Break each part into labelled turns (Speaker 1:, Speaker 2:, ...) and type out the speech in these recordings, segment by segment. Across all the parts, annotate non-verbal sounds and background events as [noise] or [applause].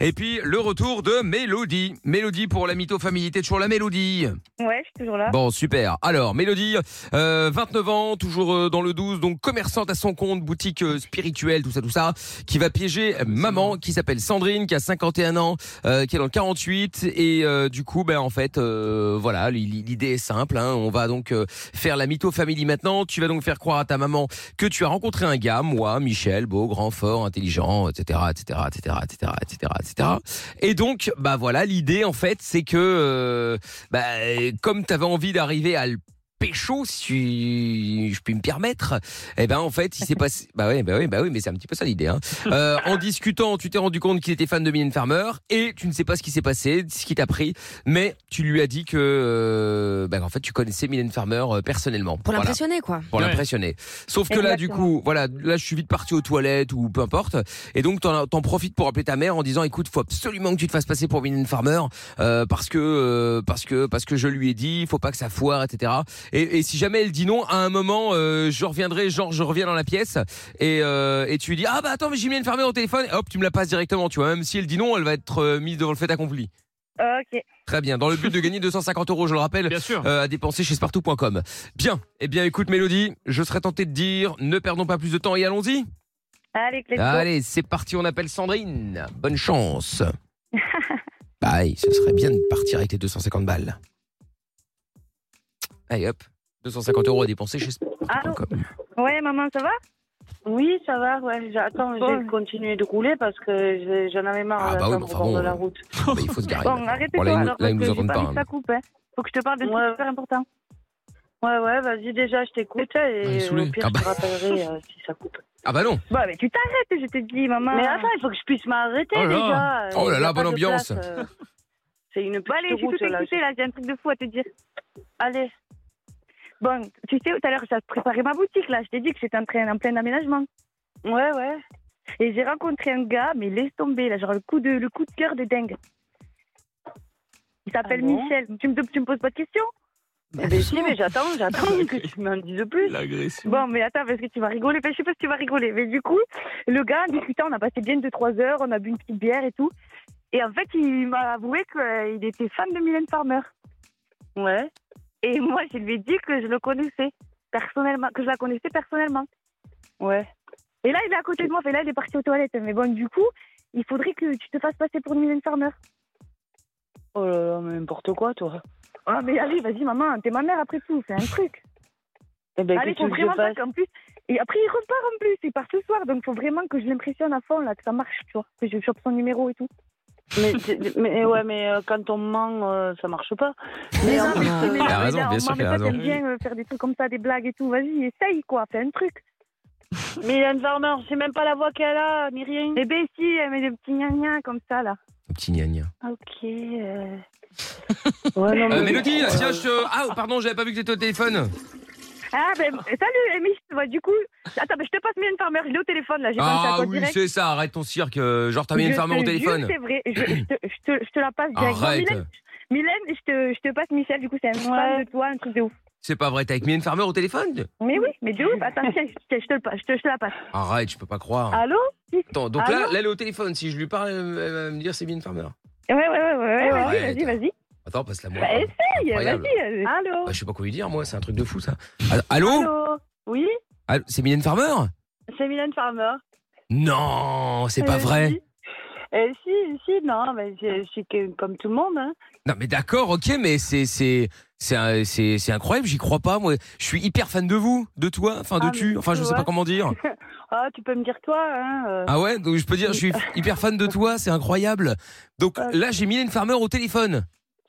Speaker 1: Et puis le retour de Mélodie. Mélodie pour la mytho-famille, t'es toujours la Mélodie
Speaker 2: Ouais, je suis toujours là.
Speaker 1: Bon, super. Alors, Mélodie, euh, 29 ans, toujours euh, dans le 12, donc commerçante à son compte, boutique euh, spirituelle, tout ça, tout ça, qui va piéger maman, qui s'appelle Sandrine, qui a 51 ans, euh, qui est dans le 48. Et euh, du coup, ben en fait, euh, voilà, l- l- l'idée est simple. hein. on va donc euh, faire la mytho family maintenant. Tu vas donc faire croire à ta maman que tu as rencontré un gars, moi, Michel, beau, grand, fort, intelligent, etc., etc., etc., etc., etc., etc. Et donc, bah voilà, l'idée en fait, c'est que euh, bah, comme t'avais envie d'arriver à le pécho, si je puis me permettre, eh ben en fait, il s'est passé. Bah oui, bah oui, bah oui, mais c'est un petit peu ça l'idée. Hein. Euh, en discutant, tu t'es rendu compte qu'il était fan de Mylène Farmer et tu ne sais pas ce qui s'est passé, ce qui t'a pris, mais tu lui as dit que, euh, bah, en fait, tu connaissais Mylène Farmer euh, personnellement.
Speaker 3: Pour
Speaker 1: Voilà
Speaker 3: l'impressionner, quoi.
Speaker 1: pour
Speaker 4: Ouais.
Speaker 1: l'impressionner. Sauf que là, du
Speaker 2: Exactement.
Speaker 1: coup, voilà, là, je suis vite parti aux toilettes ou peu importe. Et donc, t'en, t'en profites pour appeler ta mère en disant, écoute, faut absolument que tu te fasses passer pour Mylène Farmer euh, parce que euh, parce que parce que je lui ai dit, il faut pas que ça foire, etc. Et, et si jamais elle dit non, à un moment, euh, je reviendrai, genre, je reviens dans la pièce et euh, et tu lui dis, ah bah attends, mais j'ai Mylène Farmer au téléphone. Et hop, tu me la passes directement. Tu vois, même si elle dit non, elle va être euh, mise devant le fait accompli.
Speaker 2: Ok.
Speaker 1: Très bien. Dans le but de gagner 250 euros, je le rappelle
Speaker 4: Bien sûr.
Speaker 1: euh, à dépenser chez spartou.com. Bien, eh bien écoute Mélodie, je serais tenté de dire ne perdons pas plus de temps et allons-y.
Speaker 2: Allez, let's go.
Speaker 1: Allez, c'est parti, on appelle Sandrine. Bonne
Speaker 2: [laughs]
Speaker 1: chance. Bye, ce serait bien de partir avec les 250 balles. Allez hop, 250 euros à dépenser chez
Speaker 2: Ah
Speaker 1: spartou.com.
Speaker 2: Ouais, maman, ça va
Speaker 5: Oui, ça va, Ah ouais. J'attends, je
Speaker 2: Bon.
Speaker 5: vais continuer de rouler parce que je- j'en avais marre
Speaker 1: Ah, bah oui,
Speaker 5: d'attendre
Speaker 1: mais enfin
Speaker 5: au bord
Speaker 1: bon,
Speaker 5: de la
Speaker 1: euh,
Speaker 5: route.
Speaker 1: Bah, il faut se garer.
Speaker 2: Bon, arrêtez-toi
Speaker 1: là, ils nous-
Speaker 2: alors,
Speaker 1: là,
Speaker 2: parce
Speaker 1: ils nous
Speaker 2: que
Speaker 1: entendent
Speaker 2: j'ai pas
Speaker 1: pas,
Speaker 2: envie que
Speaker 1: hein.
Speaker 2: ça coupe. hein. Faut que je te parle de
Speaker 5: Ouais.
Speaker 2: trucs super importants.
Speaker 5: Ouais, ouais, vas-y, déjà, je t'écoute et
Speaker 4: il est
Speaker 5: euh,
Speaker 4: saoulé.
Speaker 5: au pire,
Speaker 1: Ah bah.
Speaker 5: je te rappellerai euh, si ça
Speaker 2: [laughs]
Speaker 5: coupe.
Speaker 1: Ah bah non,
Speaker 2: Bon, mais tu t'arrêtes, je t'ai dit, maman.
Speaker 5: Mais attends, il faut que je puisse m'arrêter,
Speaker 4: Oh là.
Speaker 5: déjà. Euh,
Speaker 1: Oh là
Speaker 5: Il y a
Speaker 1: là,
Speaker 5: pas
Speaker 1: bonne
Speaker 5: de
Speaker 1: ambiance.
Speaker 5: place,
Speaker 2: [laughs]
Speaker 5: euh. C'est une
Speaker 2: Bon, allez, je
Speaker 5: petite
Speaker 2: suis
Speaker 5: route,
Speaker 2: tout
Speaker 5: là.
Speaker 2: excitée, là, j'ai un truc de fou à te dire.
Speaker 5: Allez,
Speaker 2: Bon, tu sais, tout à l'heure, j'ai préparé ma boutique, là. Je t'ai dit que j'étais en, train, en plein aménagement.
Speaker 5: ouais, ouais.
Speaker 2: Et j'ai rencontré un gars, mais laisse tomber, là, genre le coup de, le coup de cœur de dingue. Il s'appelle
Speaker 5: Ah bon
Speaker 2: Michel. Tu me, tu me poses pas de questions
Speaker 5: Eh ben, si, mais j'attends, [laughs] j'attends que tu m'en dises plus.
Speaker 4: L'agression.
Speaker 2: Bon, mais attends, parce que tu vas rigoler. Enfin, je sais pas si tu vas rigoler. Mais du coup, le gars, en discutant, on a passé bien 2-3 heures, on a bu une petite bière et tout. Et en fait, il m'a avoué qu'il était fan de Mylène Farmer.
Speaker 5: Ouais.
Speaker 2: Et moi, je lui ai dit que je le connaissais personnellement, que je la connaissais personnellement.
Speaker 5: Ouais.
Speaker 2: Et là, il est à côté de moi, et là, il est parti aux toilettes. Mais bon, du coup, il faudrait que tu te fasses passer pour Mylène Farmer.
Speaker 5: Oh là là, mais n'importe quoi, toi.
Speaker 2: Ah, mais allez, vas-y, maman, t'es ma mère après tout, c'est un [laughs] truc.
Speaker 5: Eh ben,
Speaker 2: allez,
Speaker 5: qu'est-ce que
Speaker 2: faut
Speaker 5: tu veux que
Speaker 2: vraiment
Speaker 5: je
Speaker 2: pas
Speaker 5: fasse
Speaker 2: qu'en plus. Et après, il repart en plus, il part ce soir, donc faut vraiment que je l'impressionne à fond, là, que ça marche, tu vois, que je chope son numéro et tout.
Speaker 5: mais, t'es- mais ouais, mais euh, quand on ment, euh, ça marche
Speaker 2: [laughs]
Speaker 5: pas.
Speaker 3: Mais
Speaker 2: en
Speaker 3: non,
Speaker 2: plus,
Speaker 3: mais-
Speaker 2: mais
Speaker 1: Il a
Speaker 2: non, mais
Speaker 1: raison,
Speaker 2: là,
Speaker 1: bien
Speaker 2: on
Speaker 1: sûr
Speaker 2: m'en
Speaker 1: qu'il a
Speaker 2: fait
Speaker 1: raison.
Speaker 2: peut-être bien euh, faire des trucs comme ça, des blagues et tout, vas-y, essaye, quoi, fais un truc.
Speaker 5: Mylène Farmer, je sais même pas la voix qu'elle a, ni rien.
Speaker 2: Eh ben, si, elle met des petits gna comme ça, là.
Speaker 1: petit gna gna.
Speaker 5: Ok. euh. Ouais, non,
Speaker 1: Euh,
Speaker 5: mais-
Speaker 2: Mmh.
Speaker 1: Mélodie, tiens, je... ah pardon, j'avais pas vu que t'étais au téléphone.
Speaker 2: Ah, ben, salut, Amy, ouais, du coup, attends, ben, je te passe Mylène Farmer, je l'ai au téléphone, là, j'ai pensé à
Speaker 1: Ah
Speaker 2: toi
Speaker 1: oui,
Speaker 2: direct.
Speaker 1: c'est ça. Arrête ton cirque. euh, Genre t'as mis une
Speaker 2: Je
Speaker 1: ferme
Speaker 2: te
Speaker 1: au
Speaker 2: jure,
Speaker 1: téléphone.
Speaker 2: C'est vrai, je, je te, je te- je te la passe direct. Non,
Speaker 1: Arrête.
Speaker 2: Mylène, Mylène, je te, je te passe Michel, du coup, c'est un fan
Speaker 5: Ouais.
Speaker 2: de toi, un truc de ouf.
Speaker 1: C'est pas vrai, t'as avec Mylène Farmer au téléphone
Speaker 2: Mais oui, mais de ouf, attends, tiens, je, tiens, je te, le passe, je, te, je te la passe.
Speaker 1: Arrête, je peux pas croire.
Speaker 5: Allô
Speaker 1: Attends, donc là,
Speaker 5: Allô
Speaker 1: là, elle est au téléphone. Si je lui parle, elle va me dire c'est Mylène Farmer.
Speaker 2: Ouais, ouais, ouais, ouais, ouais,
Speaker 1: Arrête.
Speaker 2: vas-y, vas-y, vas-y.
Speaker 1: Attends, passe la moi.
Speaker 2: Bah, essaye,
Speaker 1: Incroyable.
Speaker 2: vas-y. euh,
Speaker 5: Allô
Speaker 1: Bah, je sais pas quoi lui dire, moi, c'est un truc de fou ça. Ah, Allô
Speaker 5: Allô Oui,
Speaker 1: Allô, C'est Mylène Farmer
Speaker 5: c'est Mylène Farmer.
Speaker 1: Non, c'est pas
Speaker 5: Euh,
Speaker 1: vrai.
Speaker 5: si. Euh, si, si, non, mais je, je suis que- comme tout le monde. Hein.
Speaker 1: Non, mais d'accord, ok, mais c'est c'est c'est un- c'est c'est incroyable, j'y crois pas. Moi, je suis hyper fan de vous, de toi, enfin de
Speaker 5: Ah,
Speaker 1: tu,
Speaker 5: mais
Speaker 1: enfin je
Speaker 5: tu
Speaker 1: sais pas
Speaker 5: vois.
Speaker 1: comment
Speaker 5: [laughs]
Speaker 1: dire.
Speaker 5: Ah, tu peux me dire toi. Hein, euh.
Speaker 1: Ah ouais, donc je peux dire, je suis hyper fan de toi, c'est incroyable. Donc
Speaker 5: Ouais.
Speaker 1: là, j'ai Mylène Farmer au téléphone.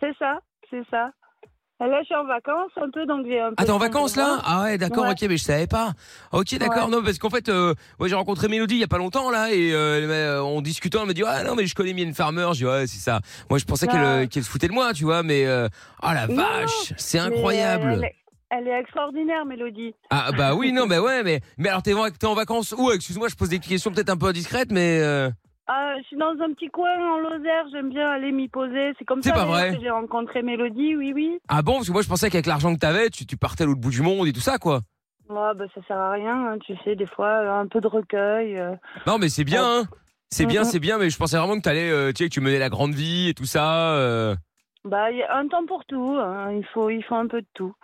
Speaker 5: C'est ça, c'est ça. Là, je suis en vacances un peu, donc j'ai un peu.
Speaker 1: Ah, t'es en
Speaker 5: de temps
Speaker 1: vacances
Speaker 5: pour
Speaker 1: là
Speaker 5: moi.
Speaker 1: Ah ouais, d'accord,
Speaker 5: Ouais.
Speaker 1: ok, mais je savais pas. Ok, d'accord, non, parce qu'en fait, euh, ouais, j'ai rencontré Mélodie il y a pas longtemps là, et euh, elle m'a- euh, en discutant, elle m'a dit ah non mais je connais Mylène Farmer, je dis ouais c'est ça. Moi je pensais qu'elle
Speaker 5: Non.
Speaker 1: euh, qu'elle se foutait de moi, tu vois, mais euh, ah la
Speaker 5: Ah. Non,
Speaker 1: vache, c'est
Speaker 5: Mais, euh,
Speaker 1: incroyable.
Speaker 5: elle, est- elle est extraordinaire, Mélodie.
Speaker 1: Ah bah oui, non, bah ouais, mais mais alors t'es en, t'es en vacances où Excuse-moi, je pose des questions peut-être un peu indiscrètes, mais euh,
Speaker 5: Ah, je suis dans un petit coin en Lozère, j'aime bien aller m'y poser. C'est comme
Speaker 1: C'est
Speaker 5: ça
Speaker 1: pas
Speaker 5: d'ailleurs,
Speaker 1: vrai.
Speaker 5: que j'ai rencontré Mélodie, oui, oui.
Speaker 1: ah bon Parce que moi je pensais qu'avec l'argent que t'avais, tu, tu partais à l'autre bout du monde et tout ça quoi.
Speaker 5: Ah, bah, ça sert à rien, hein, tu sais, des fois, un peu de recueil. euh.
Speaker 1: Non mais c'est bien. hein. C'est bien,
Speaker 5: Mhm.
Speaker 1: c'est bien, mais je pensais vraiment que t'allais, euh, tu sais, que tu menais la grande vie et tout ça. euh.
Speaker 5: Bah, il y a un temps pour tout. hein. Il faut, il faut un peu de tout.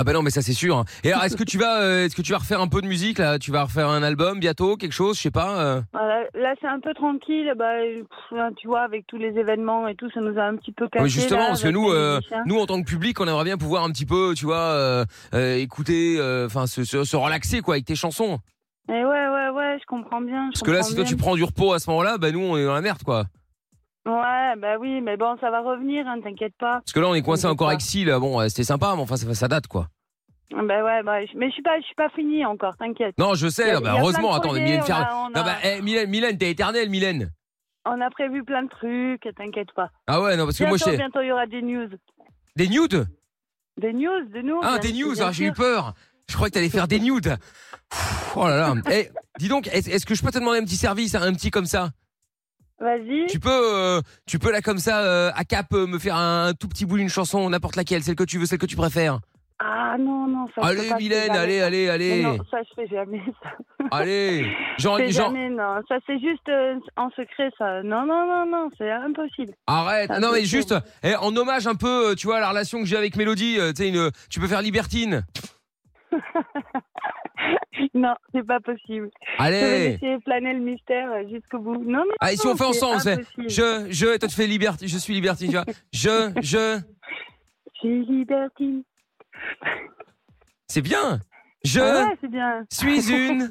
Speaker 1: Ah bah non, mais ça c'est sûr. hein. Et alors, est-ce que tu vas, euh, est-ce que tu vas refaire un peu de musique là Tu vas refaire un album bientôt, quelque chose, je sais pas. euh.
Speaker 5: Voilà, là, c'est un peu tranquille. Bah, pff, là, tu vois, avec tous les événements et tout, ça nous a un petit peu cassé.
Speaker 1: mais justement,
Speaker 5: là,
Speaker 1: parce que
Speaker 5: avec
Speaker 1: nous,
Speaker 5: les
Speaker 1: euh,
Speaker 5: musiciens.
Speaker 1: Nous, en tant que public, on aimerait bien pouvoir un petit peu, tu vois, euh, euh, écouter, euh, enfin, se, se, se relaxer quoi avec tes chansons.
Speaker 5: Mais ouais, ouais, ouais, je comprends bien. je
Speaker 1: Parce que là,
Speaker 5: comprends
Speaker 1: si toi
Speaker 5: bien.
Speaker 1: tu prends du repos à ce moment-là, bah nous, on est dans la merde quoi.
Speaker 5: Ouais, bah oui, mais bon, ça va revenir, hein, t'inquiète pas.
Speaker 1: Parce que là, on est coincé
Speaker 5: Je sais
Speaker 1: encore
Speaker 5: pas.
Speaker 1: avec Si, là. Bon, euh, c'était sympa, mais enfin, ça, ça date quoi.
Speaker 5: Bah ouais, bah, je- mais je suis pas, je suis pas finie encore, t'inquiète.
Speaker 1: Non, je sais.
Speaker 5: Il y
Speaker 1: bah,
Speaker 5: a- il y a
Speaker 1: heureusement,
Speaker 5: plein de
Speaker 1: attends,
Speaker 5: projets,
Speaker 1: Mylène Farmer-
Speaker 5: on a-
Speaker 1: Non, bah, eh, Mylène, Mylène, t'es éternelle, Mylène.
Speaker 5: On a prévu plein de trucs, t'inquiète pas.
Speaker 1: Ah ouais, non, parce que
Speaker 5: Bientôt,
Speaker 1: moi, je sais.
Speaker 5: bientôt, il y aura des news.
Speaker 1: Des nudes
Speaker 5: Des news, des news.
Speaker 1: Ah,
Speaker 5: bien-
Speaker 1: des news,
Speaker 5: bien
Speaker 1: ah, j'ai eu
Speaker 5: sûr.
Speaker 1: peur. Je croyais que t'allais faire des nudes. Pff, Oh
Speaker 5: [laughs]
Speaker 1: là là. Eh, dis donc, est-ce est-ce que je peux te demander un petit service, un petit comme ça
Speaker 5: Vas-y.
Speaker 1: Tu peux, euh, tu peux là comme ça, euh, à cap, euh, me faire un, tout petit bout d'une chanson, n'importe laquelle, celle que tu veux, celle que tu préfères.
Speaker 5: Ah non, non, ça je peux
Speaker 1: allez,
Speaker 5: pas, je fais
Speaker 1: Mylène,
Speaker 5: jamais
Speaker 1: allez,
Speaker 5: ça.
Speaker 1: allez,
Speaker 5: Mais
Speaker 1: allez,
Speaker 5: Non, ça, je fais jamais ça. [laughs]
Speaker 1: allez.
Speaker 5: Je
Speaker 1: Genre,
Speaker 5: fais
Speaker 1: genre,
Speaker 5: jamais, non. Ça, c'est juste euh, en secret, ça. Non, non, non, non, c'est impossible. [laughs]
Speaker 1: arrête.
Speaker 5: Ah,
Speaker 1: Non mais
Speaker 5: c'est
Speaker 1: juste, eh, en hommage un peu, euh, tu vois, à la relation que j'ai avec Mélodie. euh, tu sais, une, tu peux faire Libertine.
Speaker 5: Non, c'est pas possible. Je vais
Speaker 1: Allez.
Speaker 5: laisser planer le mystère euh, jusqu'au bout. Non, non,
Speaker 1: Allez, si
Speaker 5: non,
Speaker 1: on fait
Speaker 5: c'est
Speaker 1: ensemble, c'est-
Speaker 5: impossible.
Speaker 1: Je, je, et toi tu fais Libertine, je suis Libertine, tu vois. Je, je.
Speaker 5: Je suis libertine.
Speaker 1: C'est bien. Je
Speaker 5: Ah ouais, c'est bien. [laughs]
Speaker 1: suis une.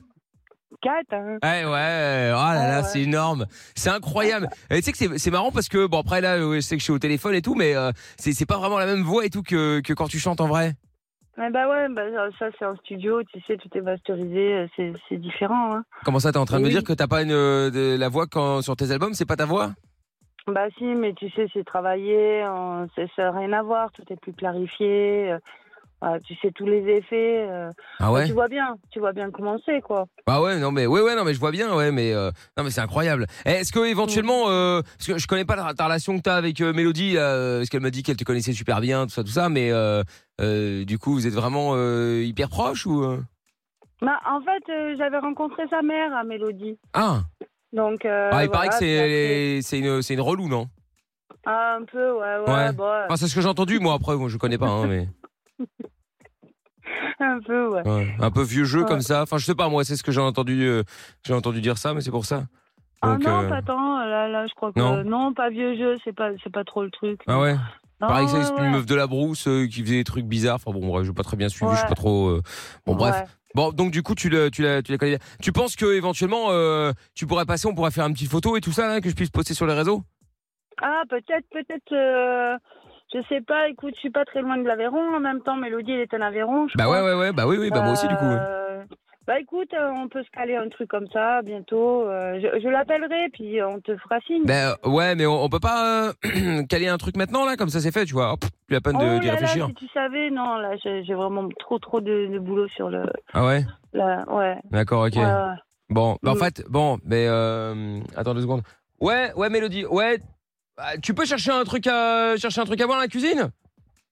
Speaker 5: Quatre, hein.
Speaker 1: Ouais, ouais. Oh là là,
Speaker 5: Ah Ouais, ouais.
Speaker 1: c'est énorme. C'est incroyable. Et tu sais que c'est- c'est marrant parce que, bon, après là, ouais, je sais que je suis au téléphone et tout, mais euh, c'est c'est pas vraiment la même voix et tout que, que quand tu chantes en vrai.
Speaker 5: Eh bah ouais, bah, ça, c'est en studio, tu sais, tout est masterisé, euh, c'est c'est différent. Hein.
Speaker 1: Comment ça, t'es en train de me
Speaker 5: Oui.
Speaker 1: dire que t'as pas une, euh, de- la voix quand, sur tes albums, c'est pas ta voix
Speaker 5: Bah si, mais tu sais, c'est travaillé, on- c'est- ça n'a rien à voir, tout est plus clarifié, euh, voilà, tu sais tous les effets. euh,
Speaker 1: Ah
Speaker 5: Tu
Speaker 1: ouais
Speaker 5: vois bien, tu vois bien comment c'est, quoi.
Speaker 1: Bah ouais, non mais ouais, ouais, non mais je vois bien, ouais, mais euh, non mais c'est incroyable. Eh, Est-ce que éventuellement,
Speaker 5: Mm.
Speaker 1: euh, parce que je connais pas la- ta relation que t'as avec euh, Mélodie, là, euh, parce qu'elle m'a dit qu'elle te connaissait super bien, tout ça, tout ça, mais euh, euh, du coup, vous êtes vraiment euh, hyper proches ou euh
Speaker 5: Bah, en fait, euh, j'avais rencontré sa mère à Mélodie.
Speaker 1: Ah,
Speaker 5: Donc, euh,
Speaker 1: ah, il
Speaker 5: voilà,
Speaker 1: paraît que c'est
Speaker 5: puis après-
Speaker 1: les- c'est une c'est une relou, non
Speaker 5: Ah, un peu, ouais, ouais,
Speaker 1: Ouais.
Speaker 5: bon, [laughs] euh,
Speaker 1: Enfin, c'est ce que j'ai entendu, moi. Après, bon, je connais pas, hein,
Speaker 5: [laughs]
Speaker 1: mais
Speaker 5: un peu, ouais.
Speaker 1: ouais. un peu vieux jeu
Speaker 5: Ouais.
Speaker 1: comme ça. Enfin, je sais pas, moi, c'est ce que j'ai entendu. euh, j'ai entendu dire ça, mais c'est pour ça.
Speaker 5: ah
Speaker 1: Donc,
Speaker 5: non,
Speaker 1: euh,
Speaker 5: pas tant, là, là, je crois que...
Speaker 1: non.
Speaker 5: Non, pas vieux jeu, c'est pas, c'est pas trop le truc.
Speaker 1: ah ouais.
Speaker 5: Non,
Speaker 1: Pareil,
Speaker 5: ouais,
Speaker 1: c'est une
Speaker 5: Ah ouais.
Speaker 1: meuf de la brousse euh, qui faisait des trucs bizarres. Enfin bon, bref, je pas très bien suivi, je suis
Speaker 5: Ouais.
Speaker 1: pas trop. euh, Bon, bref.
Speaker 5: Ouais.
Speaker 1: Bon, donc du coup, tu la, tu la, tu la connais bien. Tu penses que éventuellement, euh, tu pourrais passer, on pourrait faire une petite photo et tout ça, là, que je puisse poster sur les réseaux
Speaker 5: Ah, peut-être, peut-être... euh, Je sais pas, écoute, je suis pas très loin de l'Aveyron. En même temps, Mélodie, elle est en Aveyron. Je
Speaker 1: Bah ouais,
Speaker 5: crois.
Speaker 1: ouais, ouais, bah oui, oui, bah moi aussi du coup. ouais.
Speaker 5: Euh, Bah écoute, euh, on peut se caler un truc comme ça bientôt. euh, je je l'appellerai, puis on te fera signe.
Speaker 1: Ben euh, ouais, mais on, on peut pas euh, [clears throat] caler un truc maintenant là, comme ça c'est fait, tu vois. Hop, plus la peine
Speaker 5: oh
Speaker 1: de-
Speaker 5: là
Speaker 1: d'y
Speaker 5: là,
Speaker 1: réfléchir.
Speaker 5: si tu savais, non, là, j'ai j'ai vraiment trop, trop de, de boulot sur le.
Speaker 1: Ah ouais,
Speaker 5: Là, ouais.
Speaker 1: d'accord, ok.
Speaker 5: ouais, ouais.
Speaker 1: Bon, bah, en
Speaker 5: Mm.
Speaker 1: fait, bon, mais euh, attends deux secondes. Ouais, ouais, Mélodie, ouais. Ah, Tu peux chercher un truc à chercher un truc à boire dans la cuisine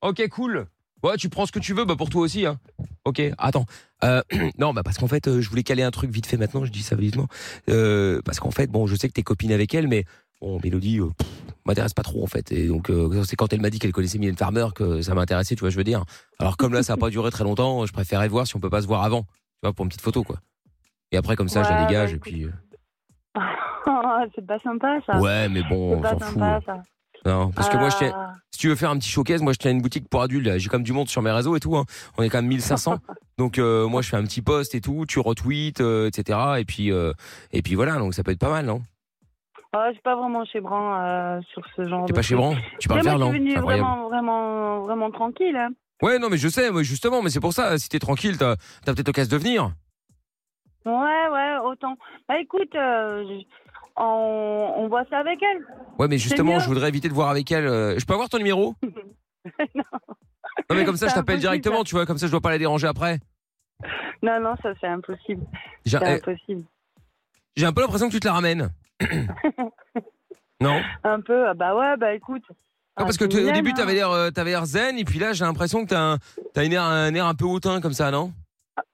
Speaker 1: Ok, cool. Ouais, tu prends ce que tu veux, bah pour toi aussi. Hein. Ok, attends. Euh, [clears throat] non, bah parce qu'en fait, euh, je voulais caler un truc vite fait maintenant. Je dis ça vivement Euh, parce qu'en fait, bon, je sais que t'es copine avec elle, mais bon, Mélodie. euh, pff, m'intéresse pas trop en fait et donc euh, c'est quand elle m'a dit qu'elle connaissait Mylène Farmer que ça m'intéressait tu vois je veux dire alors comme là ça a pas duré très longtemps je préférais voir si on peut pas se voir avant tu vois pour une petite photo quoi et après comme ça je
Speaker 5: Ouais,
Speaker 1: la
Speaker 5: bah,
Speaker 1: dégage et
Speaker 5: écoute,
Speaker 1: puis euh,
Speaker 5: [laughs] c'est pas sympa ça.
Speaker 1: Ouais, mais bon,
Speaker 5: c'est
Speaker 1: on
Speaker 5: pas
Speaker 1: s'en fout.
Speaker 5: sympa ça.
Speaker 1: Non, parce que moi, je tiens,
Speaker 5: Ah,
Speaker 1: si tu veux faire un petit showcase, moi, je tiens une boutique pour adultes. là. J'ai quand même du monde sur mes réseaux et tout. hein. On est quand même
Speaker 5: [laughs]
Speaker 1: 1500. donc, euh, moi, je fais un petit post et tout. Tu retweets, euh, etc. Et puis, euh, et puis voilà. Donc, ça peut être pas mal, hein. non
Speaker 5: ah, je suis pas vraiment chez Bran euh, sur ce genre.
Speaker 1: T'es
Speaker 5: de
Speaker 1: pas chez
Speaker 5: truc.
Speaker 1: Bran Tu parles
Speaker 5: Mais moi,
Speaker 1: verlan
Speaker 5: je suis
Speaker 1: C'est
Speaker 5: venue
Speaker 1: incroyable.
Speaker 5: vraiment, vraiment, vraiment tranquille. hein.
Speaker 1: Ouais, non, mais je sais, moi, justement. Mais c'est pour ça. Si t'es tranquille, t'as as, peut-être l'occasion de venir.
Speaker 5: Ouais, ouais, autant. Bah écoute, euh, je- on, on voit ça avec elle.
Speaker 1: Ouais, mais justement,
Speaker 5: bien.
Speaker 1: je voudrais éviter de voir avec elle. euh, Je peux avoir ton
Speaker 5: [laughs]
Speaker 1: numéro non. mais comme ça, je
Speaker 5: C'est
Speaker 1: t'appelle
Speaker 5: impossible,
Speaker 1: directement.
Speaker 5: ça.
Speaker 1: Tu vois, comme ça, je dois pas la déranger après.
Speaker 5: Non, non, ça c'est impossible.
Speaker 1: J'ai
Speaker 5: C'est
Speaker 1: eh,
Speaker 5: impossible.
Speaker 1: j'ai un peu l'impression que tu te la ramènes. non
Speaker 5: Un peu, ah bah ouais, bah écoute.
Speaker 1: Ah, parce que
Speaker 5: c'est
Speaker 1: t- au
Speaker 5: mignonne,
Speaker 1: début,
Speaker 5: hein.
Speaker 1: t'avais l'air, euh, t'avais l'air zen, et puis là, j'ai l'impression que t'as un, t'as une air, un air un peu hautain comme ça, non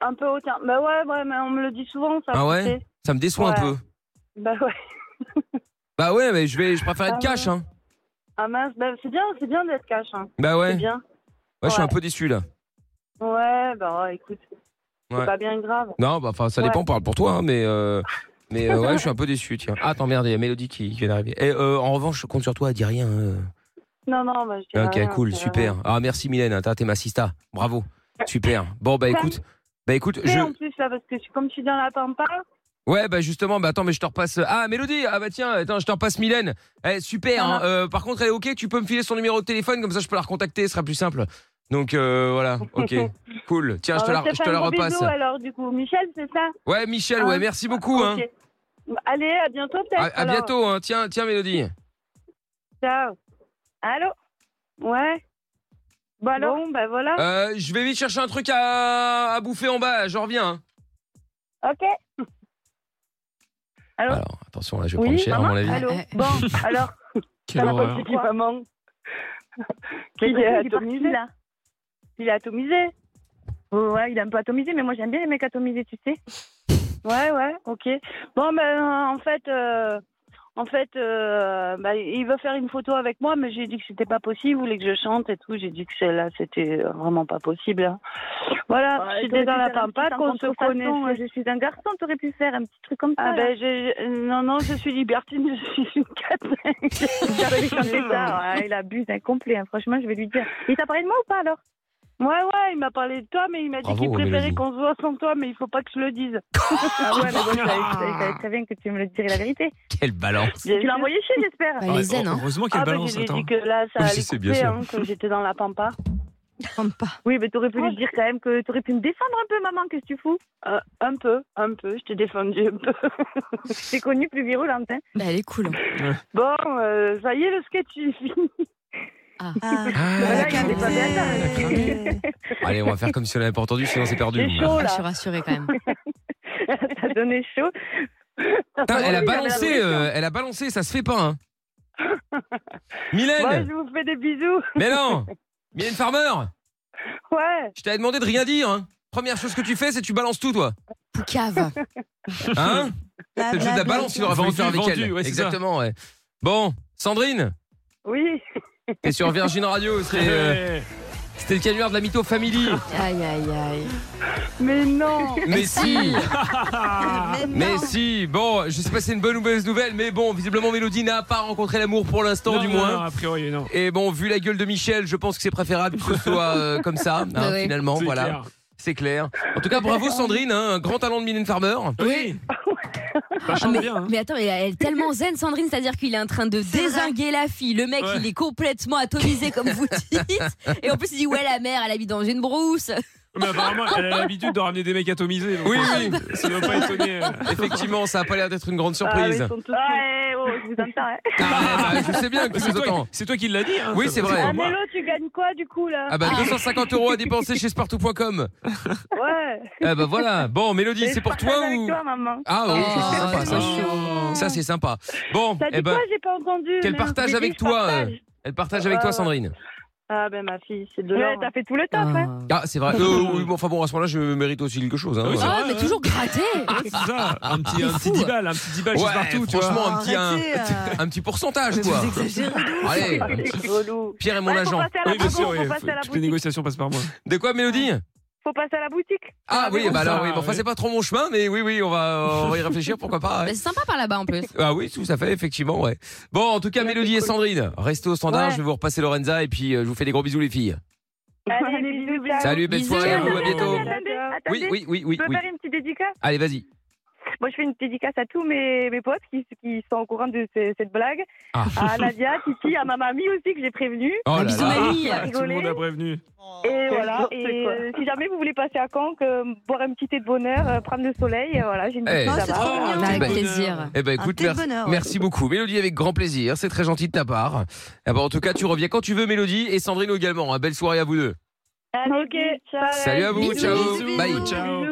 Speaker 5: Un peu hautain. Bah ouais, ouais, mais on me le dit souvent ça.
Speaker 1: Ah
Speaker 5: tu
Speaker 1: ouais
Speaker 5: sais.
Speaker 1: Ça me déçoit un
Speaker 5: Ouais.
Speaker 1: peu.
Speaker 5: Bah ouais.
Speaker 1: Bah ouais, mais je vais, je préfère être
Speaker 5: Ah,
Speaker 1: cash, hein.
Speaker 5: Ah mince, ben, c'est bien, c'est bien d'être cash. Hein.
Speaker 1: Bah ouais.
Speaker 5: C'est bien.
Speaker 1: Ouais, je suis
Speaker 5: Ouais.
Speaker 1: un peu déçu là.
Speaker 5: Ouais, bah ouais, écoute,
Speaker 1: Ouais.
Speaker 5: c'est pas bien grave.
Speaker 1: Non, bah enfin, ça
Speaker 5: Ouais.
Speaker 1: dépend, parle pour toi, hein, mais. euh, Mais euh, ouais, je suis un peu déçu,
Speaker 5: [laughs]
Speaker 1: tiens. Ah, attends, merde, il y a Mélodie qui, qui vient d'arriver. Eh, euh, en revanche, je compte sur toi, dis rien. hein.
Speaker 5: Non, non, bah, je dirais
Speaker 1: Ok,
Speaker 5: rien,
Speaker 1: cool,
Speaker 5: je dirais
Speaker 1: super.
Speaker 5: rien.
Speaker 1: Ah, merci Mylène, hein, t'as- t'es ma sista. Bravo. Super. Bon, bah écoute. Bah écoute,
Speaker 5: Mais
Speaker 1: je.
Speaker 5: en plus, là, parce que je- comme je suis dans la pampa,
Speaker 1: Ouais, bah justement, bah attends, mais je te repasse. Ah, Mélodie, ah bah tiens, attends, je te repasse Mylène. Eh,
Speaker 5: Ah.
Speaker 1: super. hein, euh, par contre, elle est ok, tu peux me filer son numéro de téléphone, comme ça je peux la recontacter, ce sera plus simple. Donc euh,
Speaker 5: [laughs]
Speaker 1: voilà, ok, cool. Tiens, Ah, je te
Speaker 5: bah,
Speaker 1: la,
Speaker 5: on va se
Speaker 1: je te
Speaker 5: faire
Speaker 1: la
Speaker 5: un Ah gros
Speaker 1: repasse.
Speaker 5: bisou, alors, du coup. Michel, c'est ça
Speaker 1: Ouais, Michel, ouais,
Speaker 5: Hein
Speaker 1: merci beaucoup. Hein.
Speaker 5: Ok. Allez, à bientôt, peut-être.
Speaker 1: À, à
Speaker 5: alors.
Speaker 1: bientôt, hein. tiens, tiens, Mélodie.
Speaker 5: Ciao.
Speaker 2: Allô
Speaker 5: Ouais.
Speaker 2: Bah alors
Speaker 5: Bon, bah voilà.
Speaker 1: Euh, je vais vite chercher un truc à, à bouffer en bas, j'en reviens. hein.
Speaker 2: Ah, Ok. Allô
Speaker 1: Alors, attention, là, je vais
Speaker 5: Oui,
Speaker 1: prendre cher, à
Speaker 2: maman
Speaker 1: mon avis.
Speaker 2: Allô
Speaker 3: Eh, eh.
Speaker 2: Bon, alors,
Speaker 5: Ça
Speaker 4: Quelle
Speaker 5: va pas
Speaker 4: horreur.
Speaker 5: chez qui, maman [laughs] Qui
Speaker 2: il
Speaker 5: est
Speaker 2: est parti
Speaker 5: atomisé
Speaker 2: là.
Speaker 5: Il est atomisé.
Speaker 2: Oh, ouais, il est un peu atomisé, mais moi j'aime bien les mecs atomisés, tu [laughs] sais.
Speaker 5: Ouais, ouais, ok. Bon, ben, en fait, euh, en fait, euh, bah, il veut faire une photo avec moi, mais j'ai dit que c'était pas possible, il voulait que je chante et tout. J'ai dit que celle-là, c'était vraiment pas possible. hein. Voilà,
Speaker 2: Ouais, t'aurais
Speaker 5: j'étais dans
Speaker 2: pu
Speaker 5: la
Speaker 2: faire un petit
Speaker 5: pampa,
Speaker 2: temps
Speaker 5: qu'on se
Speaker 2: contrefaçon,
Speaker 5: connaissait.
Speaker 2: euh, Je suis un garçon, t'aurais pu faire un petit truc comme ça. là.
Speaker 5: Ah ben, j'ai- j'ai- non, non, je suis libertine, je suis une
Speaker 2: [laughs]
Speaker 5: catin.
Speaker 2: J'avais chanté ça, ouais, il abuse incomplet, hein. franchement, je vais lui dire. Il t'a parlé de moi ou pas alors
Speaker 5: Ouais, ouais, il m'a parlé de toi, mais il m'a dit
Speaker 1: Bravo,
Speaker 5: qu'il préférait
Speaker 1: Mélodie.
Speaker 5: qu'on se voit sans toi, mais il faut pas que je le dise.
Speaker 2: Ah ouais, mais bon, je savais- je savais- je savais très bien que tu me le dirais la vérité.
Speaker 1: [laughs] Quelle balance.
Speaker 5: [laughs] Bien
Speaker 2: Tu l'as
Speaker 5: sûr.
Speaker 2: envoyé chez, j'espère.
Speaker 3: Bah,
Speaker 4: oh.
Speaker 3: les zen, hein.
Speaker 4: Heureusement qu'elle
Speaker 5: Ah ben,
Speaker 4: balance,
Speaker 5: je lui ai
Speaker 4: attends.
Speaker 5: dit que là, ça
Speaker 4: Oui,
Speaker 5: allait
Speaker 4: je sais, bien
Speaker 5: couper,
Speaker 4: sûr.
Speaker 5: hein, que j'étais dans la pampa.
Speaker 3: Trompe pas.
Speaker 2: Oui, mais t'aurais pu lui dire quand même que t'aurais pu me défendre un peu, maman, qu'est-ce que tu fous
Speaker 5: Euh, un peu, un peu, je t'ai défendu un peu. [laughs]
Speaker 2: T'es connue plus virulente, hein.
Speaker 3: Bah, elle est cool. hein.
Speaker 5: Bon, euh, ça y est, le sketch il est fini.
Speaker 3: Ah.
Speaker 2: Voilà, il y a
Speaker 3: d'accord.
Speaker 2: des pas bien à faire,
Speaker 3: Ouais.
Speaker 2: mais-
Speaker 1: Allez, on va faire comme si on n'avait pas entendu, sinon c'est perdu.
Speaker 5: C'est chaud
Speaker 3: Ah, je suis
Speaker 5: là.
Speaker 3: rassurée quand même.
Speaker 2: T'as donné chaud.
Speaker 1: Putain, elle a
Speaker 5: Oui,
Speaker 1: balancé, euh, elle a balancé, ça se fait pas. Hein.
Speaker 5: Bon,
Speaker 1: Mylène,
Speaker 5: Bah, je vous fais des bisous.
Speaker 1: mais non, Mylène Farmer,
Speaker 5: Ouais.
Speaker 1: je t'avais demandé de rien dire. Hein. Première chose que tu fais, c'est tu balances tout,
Speaker 4: [laughs]
Speaker 1: toi.
Speaker 3: Poucave.
Speaker 1: Hein
Speaker 4: Bah,
Speaker 1: C'est juste la balance, tu aurais fallu
Speaker 4: Vendu,
Speaker 1: faire avec
Speaker 4: vendu,
Speaker 1: elle.
Speaker 4: ouais, c'est ça.
Speaker 1: Exactement, ouais. Bon, Sandrine, [laughs]
Speaker 5: Oui.
Speaker 1: et sur Virgin Radio, c'est, euh,
Speaker 4: Eh,
Speaker 1: c'était le canular de la Mytho Family.
Speaker 3: Aïe, aïe, aïe.
Speaker 5: Mais non.
Speaker 1: Mais si
Speaker 4: [laughs]
Speaker 1: Mais
Speaker 3: non.
Speaker 1: si Bon, je sais pas si c'est une bonne ou mauvaise nouvelle, mais bon, visiblement Mélodie n'a pas rencontré l'amour pour l'instant,
Speaker 4: Non,
Speaker 1: du
Speaker 4: non,
Speaker 1: moins.
Speaker 4: non, a priori, non.
Speaker 1: Et bon, vu la gueule de Michel, je pense que c'est préférable que ce soit euh, comme ça, hein,
Speaker 3: Bah ouais.
Speaker 1: finalement,
Speaker 4: C'est
Speaker 1: voilà.
Speaker 4: clair.
Speaker 1: C'est clair. En tout cas, bravo Sandrine, hein, un grand talent de Mylène Farmer.
Speaker 4: Oui. Ça
Speaker 3: Ah,
Speaker 4: chante
Speaker 3: mais,
Speaker 4: bien. hein.
Speaker 3: mais attends, mais elle est tellement zen, Sandrine, c'est-à-dire qu'il est en train de désinguer la fille. Le mec,
Speaker 4: Ouais.
Speaker 3: il est complètement atomisé, comme [laughs] vous dites. Et en plus, il dit Ouais, la mère, elle habite dans une brousse.
Speaker 4: Mais apparemment, elle a l'habitude de ramener des mecs atomisés. donc,
Speaker 1: Oui,
Speaker 4: euh,
Speaker 1: oui.
Speaker 4: Ça ne doit pas étonner. euh.
Speaker 1: Effectivement, ça a pas l'air d'être une grande
Speaker 5: Ah, mais
Speaker 1: surprise.
Speaker 5: ils sont tous
Speaker 2: Ah, eh, oh, je vous entends, hein.
Speaker 1: Ah, bah, je sais bien que tu
Speaker 4: C'est
Speaker 1: nous
Speaker 4: toi,
Speaker 1: entends.
Speaker 4: c'est toi qui l'as dit. hein,
Speaker 1: Oui,
Speaker 4: ça-
Speaker 1: c'est vrai.
Speaker 4: pas
Speaker 5: Ah,
Speaker 4: moi.
Speaker 5: Mélo, tu gagnes quoi du coup là
Speaker 1: Ah bah 250 euros à dépenser chez spartou.com.
Speaker 5: Ouais.
Speaker 1: Ah bah voilà. Bon, Mélodie, c'est pour
Speaker 2: Je partage
Speaker 1: toi
Speaker 2: avec
Speaker 1: ou
Speaker 2: toi, maman.
Speaker 1: Ah oui, ça, c'est
Speaker 3: Oh,
Speaker 1: sympa. Ça,
Speaker 3: c'est
Speaker 4: mignon.
Speaker 1: Ça, c'est sympa. Bon,
Speaker 5: T'as dit
Speaker 1: eh ben,
Speaker 5: quoi J'ai pas entendu.
Speaker 1: qu'elle
Speaker 5: Mélo.
Speaker 1: partage
Speaker 5: J'ai dit,
Speaker 1: avec
Speaker 5: je
Speaker 1: toi,
Speaker 5: partage.
Speaker 1: euh, elle partage avec
Speaker 5: Ouais,
Speaker 1: toi,
Speaker 5: ouais.
Speaker 1: Sandrine.
Speaker 5: Ah ben ma fille, c'est de
Speaker 2: Ouais,
Speaker 5: l'or.
Speaker 2: t'as fait tout le top, hein.
Speaker 1: Ah, c'est vrai. Euh, oui, bon, enfin bon, à ce moment-là, je mérite aussi quelque chose. hein.
Speaker 4: Ah oui, c'est
Speaker 3: Ah,
Speaker 4: vrai,
Speaker 3: mais
Speaker 4: ouais.
Speaker 3: toujours gratté.
Speaker 4: Ouais, Ah, c'est ça. Un petit,
Speaker 3: C'est
Speaker 4: un petit
Speaker 3: fou.
Speaker 4: 10 balles, un petit 10 balles
Speaker 1: Ouais,
Speaker 4: juste partout, tu vois.
Speaker 1: franchement, un petit, un, un petit pourcentage, quoi. Allez,
Speaker 5: Relou.
Speaker 1: Pierre est mon
Speaker 2: Ouais, faut
Speaker 1: agent.
Speaker 2: passer à la-
Speaker 4: Oui, bien
Speaker 2: ah bon,
Speaker 4: sûr, oui,
Speaker 2: faut
Speaker 4: faut-
Speaker 2: passer à la
Speaker 4: toutes les
Speaker 2: boutique.
Speaker 4: négociations passent par moi.
Speaker 1: De quoi, Mélodie
Speaker 2: Faut passer à la boutique.
Speaker 1: Ah oui, bah alors oui, bon, enfin
Speaker 4: oui.
Speaker 1: c'est pas trop mon chemin, mais oui, oui, on va, on va y réfléchir, pourquoi pas.
Speaker 3: Bah,
Speaker 1: ouais.
Speaker 3: C'est sympa par là-bas en plus.
Speaker 1: Ah oui, tout à fait, effectivement, ouais. Bon, en tout cas, Mélodie et Sandrine, restez au standard,
Speaker 5: Ouais.
Speaker 1: je vais vous repasser Lorenza et puis euh, je vous fais des gros bisous les filles.
Speaker 5: Allez,
Speaker 2: Allez,
Speaker 5: bisous,
Speaker 2: bisous,
Speaker 5: bisous.
Speaker 1: Salut, belle
Speaker 3: Bisous.
Speaker 1: soirée à vous, à
Speaker 2: Attendez,
Speaker 1: bientôt.
Speaker 2: attendez, attendez, attendez.
Speaker 1: Oui, oui, oui, oui,
Speaker 2: Je peux
Speaker 1: oui.
Speaker 2: faire une petite dédicace
Speaker 1: Allez, vas-y.
Speaker 2: Moi, je fais une dédicace à tous mes, mes potes qui, qui sont au courant de ce- cette blague.
Speaker 1: Ah. [laughs]
Speaker 2: À Nadia, Titi, à ma mamie aussi que j'ai prévenue.
Speaker 1: Oh là
Speaker 3: Bisous,
Speaker 1: là.
Speaker 3: mamie.
Speaker 2: Ah,
Speaker 4: Tout le monde a prévenu.
Speaker 5: Oh,
Speaker 2: Et voilà.
Speaker 5: n'importe
Speaker 2: Et
Speaker 5: quoi.
Speaker 2: euh, si jamais vous voulez passer à Caen, que- boire un petit thé de bonheur, euh, prendre le soleil, euh, voilà, j'ai une
Speaker 1: Eh.
Speaker 2: petite
Speaker 1: Non,
Speaker 2: là-bas.
Speaker 1: c'est
Speaker 3: trop
Speaker 4: Ah,
Speaker 2: Voilà.
Speaker 3: Bah, avec
Speaker 1: bonheur.
Speaker 3: plaisir.
Speaker 1: Eh ben écoute,
Speaker 6: thé de
Speaker 1: merci,
Speaker 6: bonheur.
Speaker 1: merci beaucoup. Mélodie, avec grand plaisir, c'est très gentil de ta part. Eh ben, en tout cas, tu reviens quand tu veux, Mélodie, et Sandrine également. hein. Belle soirée à vous deux.
Speaker 5: Allez, bisous.
Speaker 2: Ok, ciao.
Speaker 1: Salut à vous,
Speaker 3: Bisous,
Speaker 1: ciao.
Speaker 3: bisous,
Speaker 1: Bye.
Speaker 3: bisous.
Speaker 4: Ciao.
Speaker 5: Bisous.